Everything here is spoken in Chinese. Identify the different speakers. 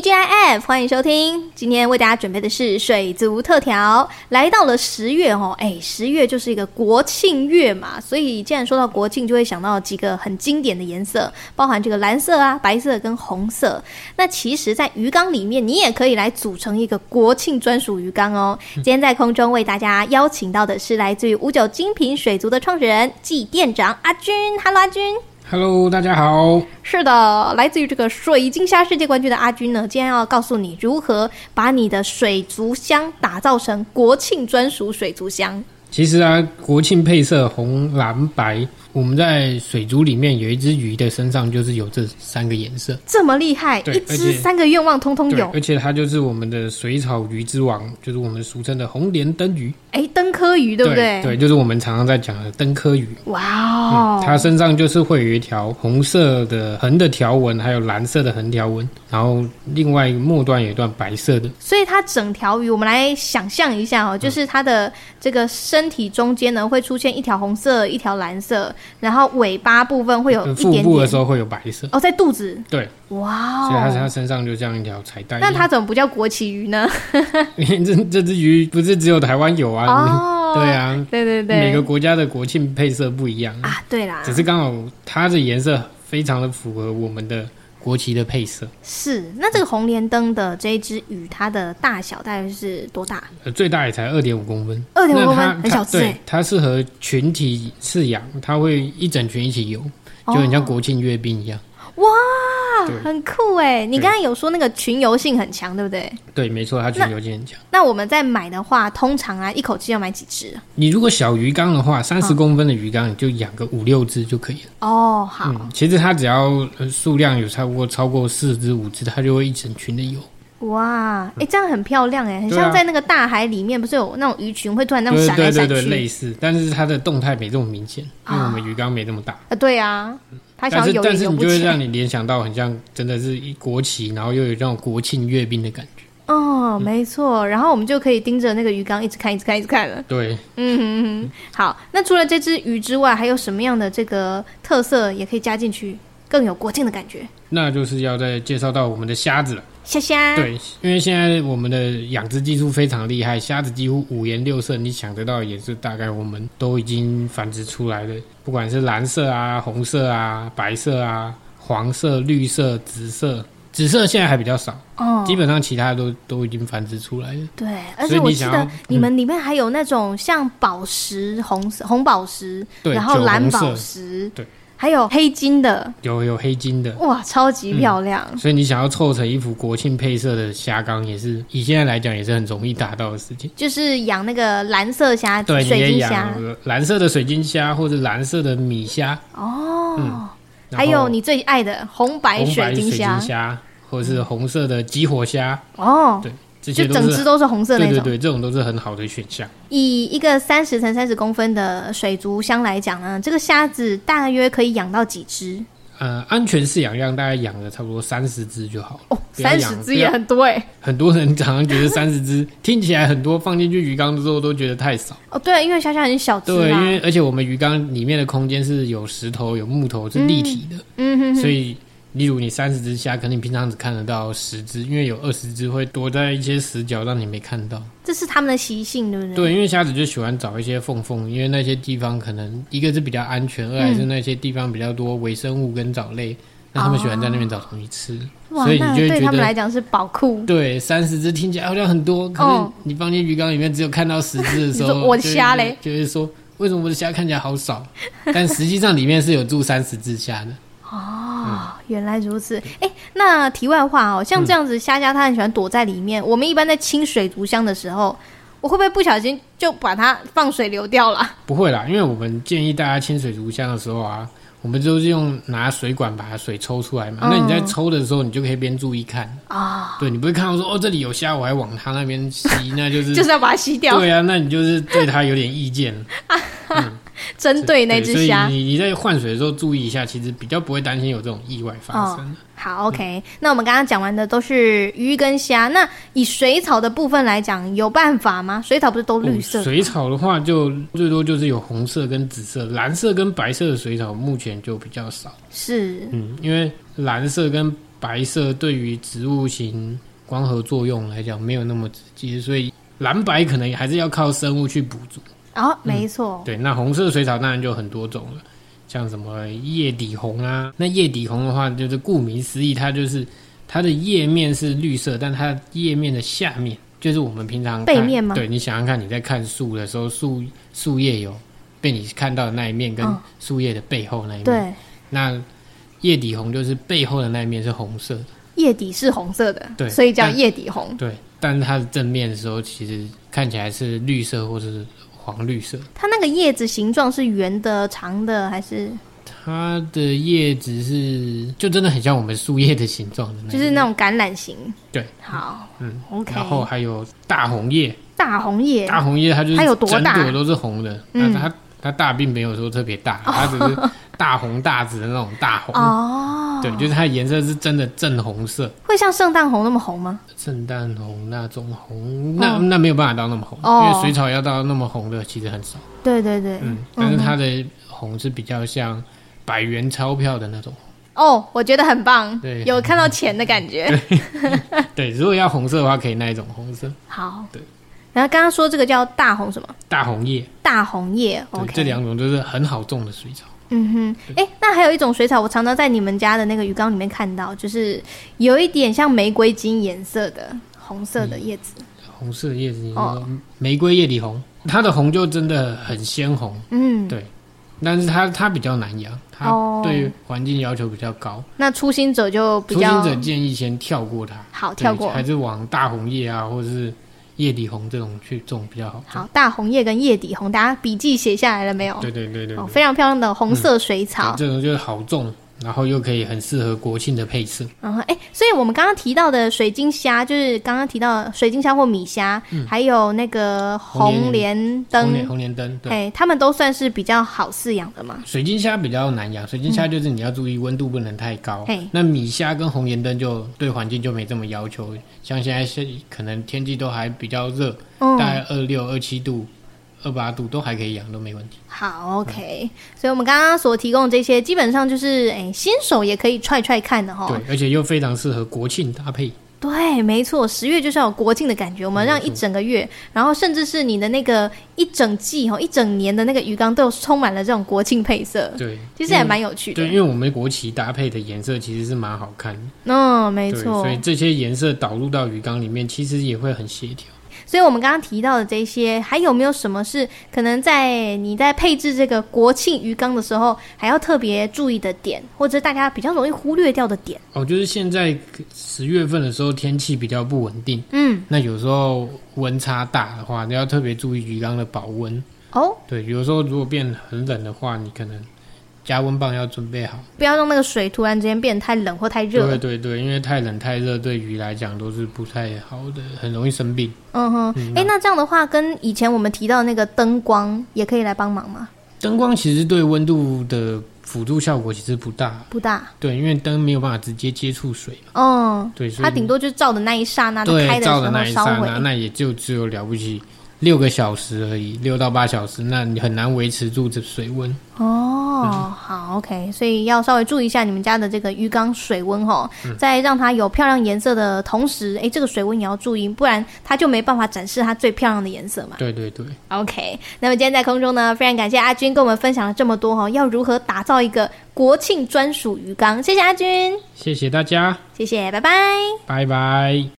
Speaker 1: TGIF，欢迎收听。今天为大家准备的是水族特调。来到了十月哦，哎，十月就是一个国庆月嘛，所以既然说到国庆，就会想到几个很经典的颜色，包含这个蓝色啊、白色跟红色。那其实，在鱼缸里面，你也可以来组成一个国庆专属鱼缸哦。今天在空中为大家邀请到的是来自于五九精品水族的创始人暨店长阿军，Hello，阿军。
Speaker 2: Hello，大家好。
Speaker 1: 是的，来自于这个水晶虾世界冠军的阿军呢，今天要告诉你如何把你的水族箱打造成国庆专属水族箱。
Speaker 2: 其实啊，国庆配色红、蓝、白，我们在水族里面有一只鱼的身上就是有这三个颜色。
Speaker 1: 这么厉害，
Speaker 2: 对
Speaker 1: 一
Speaker 2: 而
Speaker 1: 只
Speaker 2: 且
Speaker 1: 三个愿望通通
Speaker 2: 对，
Speaker 1: 哦有。
Speaker 2: 而且它就是我们的水草鱼之王，就是我们俗称的红莲灯鱼，
Speaker 1: 哎，灯科鱼对不
Speaker 2: 对？
Speaker 1: 对？
Speaker 2: 就是我们常常在讲的灯科鱼。
Speaker 1: 哇
Speaker 2: 它
Speaker 1: 哦，
Speaker 2: 身上就是会有一条红色的横的条纹，还有蓝色的横条纹，然后另外末端有一段白色的。
Speaker 1: 所以它整条鱼，我们来想象一
Speaker 2: 嗯
Speaker 1: 下哦，就是它的这个身体中间呢会出现一条红色、一条蓝色，然后尾巴部分会有
Speaker 2: 呃
Speaker 1: 一
Speaker 2: 腹
Speaker 1: 点
Speaker 2: 部的
Speaker 1: 点
Speaker 2: 时候会有白色，
Speaker 1: 哦，在肚子。
Speaker 2: 对，
Speaker 1: 哇
Speaker 2: 所以它它
Speaker 1: 哦，
Speaker 2: 身上就像一条彩带一样。
Speaker 1: 那它怎么不叫国旗鱼 呢？
Speaker 2: 这这只鱼不是只有台湾有啊，
Speaker 1: 哦，
Speaker 2: 对啊，
Speaker 1: 对对对，
Speaker 2: 每个国家的国庆配色不一样，
Speaker 1: 啊，对啦，
Speaker 2: 只是刚好它的颜色非常的符合我们的国旗的配色。
Speaker 1: 是那这个红莲灯的这一只鱼，它的大小大概是多大？
Speaker 2: 呃，最大也才二点五公分，
Speaker 1: 二点五
Speaker 2: 那
Speaker 1: 公
Speaker 2: 它
Speaker 1: 分，很小
Speaker 2: 它
Speaker 1: 只
Speaker 2: 对
Speaker 1: 欸，
Speaker 2: 它适合群体饲养，它会一整群一起游，就很像国庆阅兵一样。
Speaker 1: 啊
Speaker 2: 对，
Speaker 1: 哦很酷哎！你
Speaker 2: 对
Speaker 1: 刚才有说那个群游性很强，对不对？
Speaker 2: 对，没错，它群游性很强。
Speaker 1: 那我们在买的话，通常啊，一口气要买几只？
Speaker 2: 你如果小鱼缸的话，三十
Speaker 1: 嗯
Speaker 2: 公分的鱼缸你就养个五六只就可以了。
Speaker 1: 哦，好，
Speaker 2: 嗯，其实它只要呃数量有超过超过四只五只，它就会一整群的游。
Speaker 1: 哇，哎，这样很漂亮哎，很
Speaker 2: 嗯对啊
Speaker 1: 像在那个大海里面，不是有那种鱼群会突然那种
Speaker 2: 对
Speaker 1: 闪来
Speaker 2: 对
Speaker 1: 闪
Speaker 2: 对对，类
Speaker 1: 去？
Speaker 2: 似，但是它的动态没这么明显，因为
Speaker 1: 啊
Speaker 2: 我们鱼缸没这么大。
Speaker 1: 啊，对啊，它想要
Speaker 2: 但是
Speaker 1: 游
Speaker 2: 但
Speaker 1: 也
Speaker 2: 是
Speaker 1: 游
Speaker 2: 你
Speaker 1: 不
Speaker 2: 就会
Speaker 1: 起来
Speaker 2: 让。你联想到很像真的是一国旗，然后又有这种国庆阅兵的感觉。
Speaker 1: 哦，没错，然后我们就可以盯着那个鱼缸一直看，一直看，一直看了。
Speaker 2: 对，
Speaker 1: 嗯哼哼，好。那除了这只鱼之外，还有什么样的这个特色也可以加进去，更有国庆的感觉？
Speaker 2: 那就是要再介绍到我们的虾子了。
Speaker 1: 虾虾，
Speaker 2: 对，因为现在我们的养殖技术非常厉害，虾子几乎五颜六色，你想得到也是大概我们都已经繁殖出来的，不管是蓝色啊、红色啊、白色啊、黄色、绿色、紫色。紫色现在还比较少，
Speaker 1: 哦，
Speaker 2: 基本上其他都都已经繁殖出来了。
Speaker 1: 对，而
Speaker 2: 所
Speaker 1: 且
Speaker 2: 以
Speaker 1: 我
Speaker 2: 你
Speaker 1: 记
Speaker 2: 想
Speaker 1: 得
Speaker 2: 要嗯
Speaker 1: 你们里面还有那种像宝石、红色红宝石，
Speaker 2: 对
Speaker 1: 然后
Speaker 2: 酒
Speaker 1: 蓝
Speaker 2: 红色
Speaker 1: 宝石，
Speaker 2: 对，
Speaker 1: 还有黑金的，
Speaker 2: 有有黑金的，
Speaker 1: 哇，超
Speaker 2: 嗯
Speaker 1: 级漂亮。
Speaker 2: 所以你想要凑成一幅国庆配色的虾缸，也是以现在来讲也是很容易达到的事情。
Speaker 1: 就是养那个蓝色虾、
Speaker 2: 对，
Speaker 1: 水
Speaker 2: 你也
Speaker 1: 晶虾
Speaker 2: 养蓝色的水晶虾或者蓝色的米虾，
Speaker 1: 哦，
Speaker 2: 嗯然
Speaker 1: 还有
Speaker 2: 后
Speaker 1: 你最爱的红白
Speaker 2: 红白
Speaker 1: 水
Speaker 2: 水
Speaker 1: 晶虾
Speaker 2: 虾，或者是红色的激活虾，
Speaker 1: 哦，
Speaker 2: 对这
Speaker 1: 就
Speaker 2: 些都
Speaker 1: 整只
Speaker 2: 是
Speaker 1: 都是红色那
Speaker 2: 对
Speaker 1: 种。
Speaker 2: 对对，这种都是很好的选项。
Speaker 1: 以一个三十乘三十公分的水族箱来讲呢，这个虾子大约可以养到几只？
Speaker 2: 呃，安全饲养量大概养了差不多三十只就好了。
Speaker 1: 哦，
Speaker 2: 不要
Speaker 1: 三
Speaker 2: 养
Speaker 1: 十只也很多哎、
Speaker 2: 很多人常常觉得三十只 听起来很多，放进去鱼缸之后都觉得太少。
Speaker 1: 哦，对，因为虾虾很小只啊
Speaker 2: 对，因
Speaker 1: 嘛，
Speaker 2: 为而且我们鱼缸里面的空间是有石头、有木头，是立体的，
Speaker 1: 嗯哼哼，
Speaker 2: 所以例如你三十只虾，可能你平常只看得到十只，因为有二十只会躲在一些死角让你没看到。
Speaker 1: 这是它们的习性，对不对？
Speaker 2: 对，因为虾子就喜欢找一些缝缝，因为那些地方可能一个是比较安全，二来是那些地方比较多微生物跟藻类，那他们喜欢在那边找东西吃，
Speaker 1: 哇，
Speaker 2: 所以
Speaker 1: 那
Speaker 2: 你就会
Speaker 1: 对
Speaker 2: 觉
Speaker 1: 它们来
Speaker 2: 得。
Speaker 1: 讲是宝库。
Speaker 2: 对，三十只听起来好像很多，可是
Speaker 1: 哦
Speaker 2: 你放进鱼缸里面只有看到十只的
Speaker 1: 你
Speaker 2: 时候，
Speaker 1: 说我的虾嘞
Speaker 2: 就会，就是说为什么我的虾看起来好少， 但实际上里面是有住三十只虾的。
Speaker 1: 哦，原来如此。哎，那题外话哦，像这样子虾虾它很喜欢躲在里面，我们一般在清水族箱的时候，我会不会不小心就把它放水流掉了？
Speaker 2: 不会啦，因为我们建议大家清水族箱的时候啊，我们就是用拿水管把水抽出来嘛。
Speaker 1: 嗯
Speaker 2: 那你在抽的时候，你就可以边注意看
Speaker 1: 啊、
Speaker 2: 对你不会看到说哦这里有虾，我还往它那边吸，那就是
Speaker 1: 就是要把它吸掉，
Speaker 2: 对啊，那你就是对它有点意见。
Speaker 1: 针对那只虾。
Speaker 2: 所以你你在换水的时候注意一下，其实比较不会担心有这种意外
Speaker 1: 哦
Speaker 2: 发生。
Speaker 1: 好，OK，、那我们刚刚讲完的都是鱼跟虾，那以水草的部分来讲，有办法吗？水草不是都绿色？
Speaker 2: 哦水草的话就最多就是有红色跟紫色，蓝色跟白色的水草目前就比较少。
Speaker 1: 是
Speaker 2: 嗯，因为蓝色跟白色对于植物型光合作用来讲没有那么直接，所以蓝白可能还是要靠生物去补足。
Speaker 1: 哦，没错，
Speaker 2: 对，那红色水草当然就很多种了，像什么叶底红啊。那叶底红的话，就是顾名思义，它就是它的叶面是绿色，但它叶面的下面就是我们平常看
Speaker 1: 背面吗
Speaker 2: 对你想想看，你在看树的时候，树树叶有被你看到的那一面，跟
Speaker 1: 嗯
Speaker 2: 树叶的背后那一面。
Speaker 1: 对，
Speaker 2: 那叶底红就是背后的那一面是红色的，
Speaker 1: 叶底是红色
Speaker 2: 对
Speaker 1: 的，所以叫
Speaker 2: 但
Speaker 1: 叶底红。
Speaker 2: 对，但是它的正面的时候，其实看起来是绿色或者是黄绿色。
Speaker 1: 它那个叶子形状是圆的、长的还是
Speaker 2: 它的叶子是就真的很像我们树叶的形状的那种，
Speaker 1: 就是那种橄榄形？
Speaker 2: 对，
Speaker 1: 好，
Speaker 2: 嗯
Speaker 1: ，OK。
Speaker 2: 然后还有大红叶，
Speaker 1: 啊大红叶，
Speaker 2: 大红叶它就是
Speaker 1: 它有多大
Speaker 2: 整朵都是红的，那、
Speaker 1: 嗯
Speaker 2: 它它大并没有说特别大，它只是大红大紫的那种大红，
Speaker 1: 哦，
Speaker 2: 对，就是它的颜色是真的正红色，
Speaker 1: 会像圣诞红那么红吗？
Speaker 2: 圣诞红那种红，那、那没有办法到那么红，
Speaker 1: 哦
Speaker 2: 因为水草要到那么红的其实很少，
Speaker 1: 对对对，
Speaker 2: 嗯，但是它的红是比较像百元钞票的那种。
Speaker 1: 哦，我觉得很棒
Speaker 2: 对，
Speaker 1: 有看到钱的感觉。
Speaker 2: 对，如果要红色的话，可以那一种红色，
Speaker 1: 好，
Speaker 2: 对。
Speaker 1: 然后刚刚说这个叫大红什么？
Speaker 2: 大红叶。
Speaker 1: 大红叶
Speaker 2: 对，
Speaker 1: ，OK。
Speaker 2: 这两种就是很好种的水草。
Speaker 1: 嗯哼，哎，那还有一种水草，我常常在你们家的那个鱼缸里面看到，就是有一点像玫瑰金颜色的红色的叶子。
Speaker 2: 红色叶子，你
Speaker 1: 哦
Speaker 2: 说玫瑰叶里红，它的红就真的很鲜红，
Speaker 1: 嗯，
Speaker 2: 对但是它它比较难养，它
Speaker 1: 哦
Speaker 2: 对环境要求比较高。
Speaker 1: 那初心者就比
Speaker 2: 初
Speaker 1: 较
Speaker 2: 心者建议先跳过它，
Speaker 1: 好
Speaker 2: 对
Speaker 1: 跳过
Speaker 2: 还。是往大红叶啊，或者是叶里红这种去种比较好。
Speaker 1: 好，大红叶跟叶底红，大家笔记写下来了没有？
Speaker 2: 对对对对对嗯
Speaker 1: 哦，非常漂亮的红色水草。
Speaker 2: 这种就是好种，然后又可以很适合国庆的配色。
Speaker 1: 然后，哎，所以我们刚刚提到的水晶虾，就是刚刚提到的水晶虾或米虾，还有那个红
Speaker 2: 嗯
Speaker 1: 莲
Speaker 2: 红红莲
Speaker 1: 灯，
Speaker 2: 红莲灯，对。
Speaker 1: 哎，它们都算是比较好饲养的嘛。
Speaker 2: 水晶虾比较难养，水晶虾就是你要注意温度不能太高。
Speaker 1: 嗯嘿
Speaker 2: 那米虾跟红盐灯就对环境就没这么要求，像现在是可能天气都还比较热，大
Speaker 1: 嗯，
Speaker 2: 概二六、二七度、二八度都还可以养，都没问题。
Speaker 1: 好，OK。所以我们刚刚所提供的这些，基本上就是哎，新手也可以踹踹看的哈。
Speaker 2: 对，而且又非常适合国庆搭配。
Speaker 1: 对，没错，十月就是要有国庆的感觉，我们让
Speaker 2: 嗯
Speaker 1: 一整个月，然后甚至是你的那个一整季哦，一整年的那个鱼缸都有充满了这种国庆配色，
Speaker 2: 对，
Speaker 1: 呃其实也蛮有趣
Speaker 2: 嗯对，因
Speaker 1: 的。
Speaker 2: 为我们国旗搭配的颜色其实是蛮好看的，
Speaker 1: 嗯、没
Speaker 2: 对，
Speaker 1: 错
Speaker 2: 所。以这些颜色导入到鱼缸里面，其实也会很协调。
Speaker 1: 所以我们刚刚提到的这些，还有没有什么是可能在你在配置这个国庆鱼缸的时候，还要特别注意的点，或者大家比较容易忽略掉的点？
Speaker 2: 哦，就是现在十月份的时候天气比较不稳定，
Speaker 1: 嗯，
Speaker 2: 那有时候温差大的话，你要特别注意鱼缸的保温。
Speaker 1: 哦，
Speaker 2: 对，有时候如果变很冷的话，你可能加温棒要准备好。
Speaker 1: 不要让那个水突然之间变得太冷或太热
Speaker 2: 对对对，因为太冷太热对鱼来讲都是不太好的，很容易生病。
Speaker 1: 嗯哼，哎、那这样的话，跟以前我们提到的那个灯光也可以来帮忙吗？
Speaker 2: 灯光其实对温度的辅助效果其实不大，
Speaker 1: 不大，
Speaker 2: 对，因为灯没有办法直接接触水嘛，
Speaker 1: 嗯，
Speaker 2: 对，所以
Speaker 1: 它顶多就照的那一刹那，它
Speaker 2: 对
Speaker 1: 开的时
Speaker 2: 照的
Speaker 1: 候
Speaker 2: 那一刹
Speaker 1: 烧
Speaker 2: 那，
Speaker 1: 毁。
Speaker 2: 那也就只有了不起六个小时而已，六到八小时，那你很难维持住这水温。嗯
Speaker 1: 哦，好，OK，所以要稍微注意一下你们家的这个鱼缸水温哦，
Speaker 2: 嗯
Speaker 1: 在让它有漂亮颜色的同时，哎，这个水温也要注意，不然它就没办法展示它最漂亮的颜色嘛。
Speaker 2: 对对对。
Speaker 1: OK，那么今天在空中呢，非常感谢阿军跟我们分享了这么多哈、哦，要如何打造一个国庆专属鱼缸，谢谢阿军，
Speaker 2: 谢谢大家，
Speaker 1: 谢谢，拜拜。
Speaker 2: 拜拜。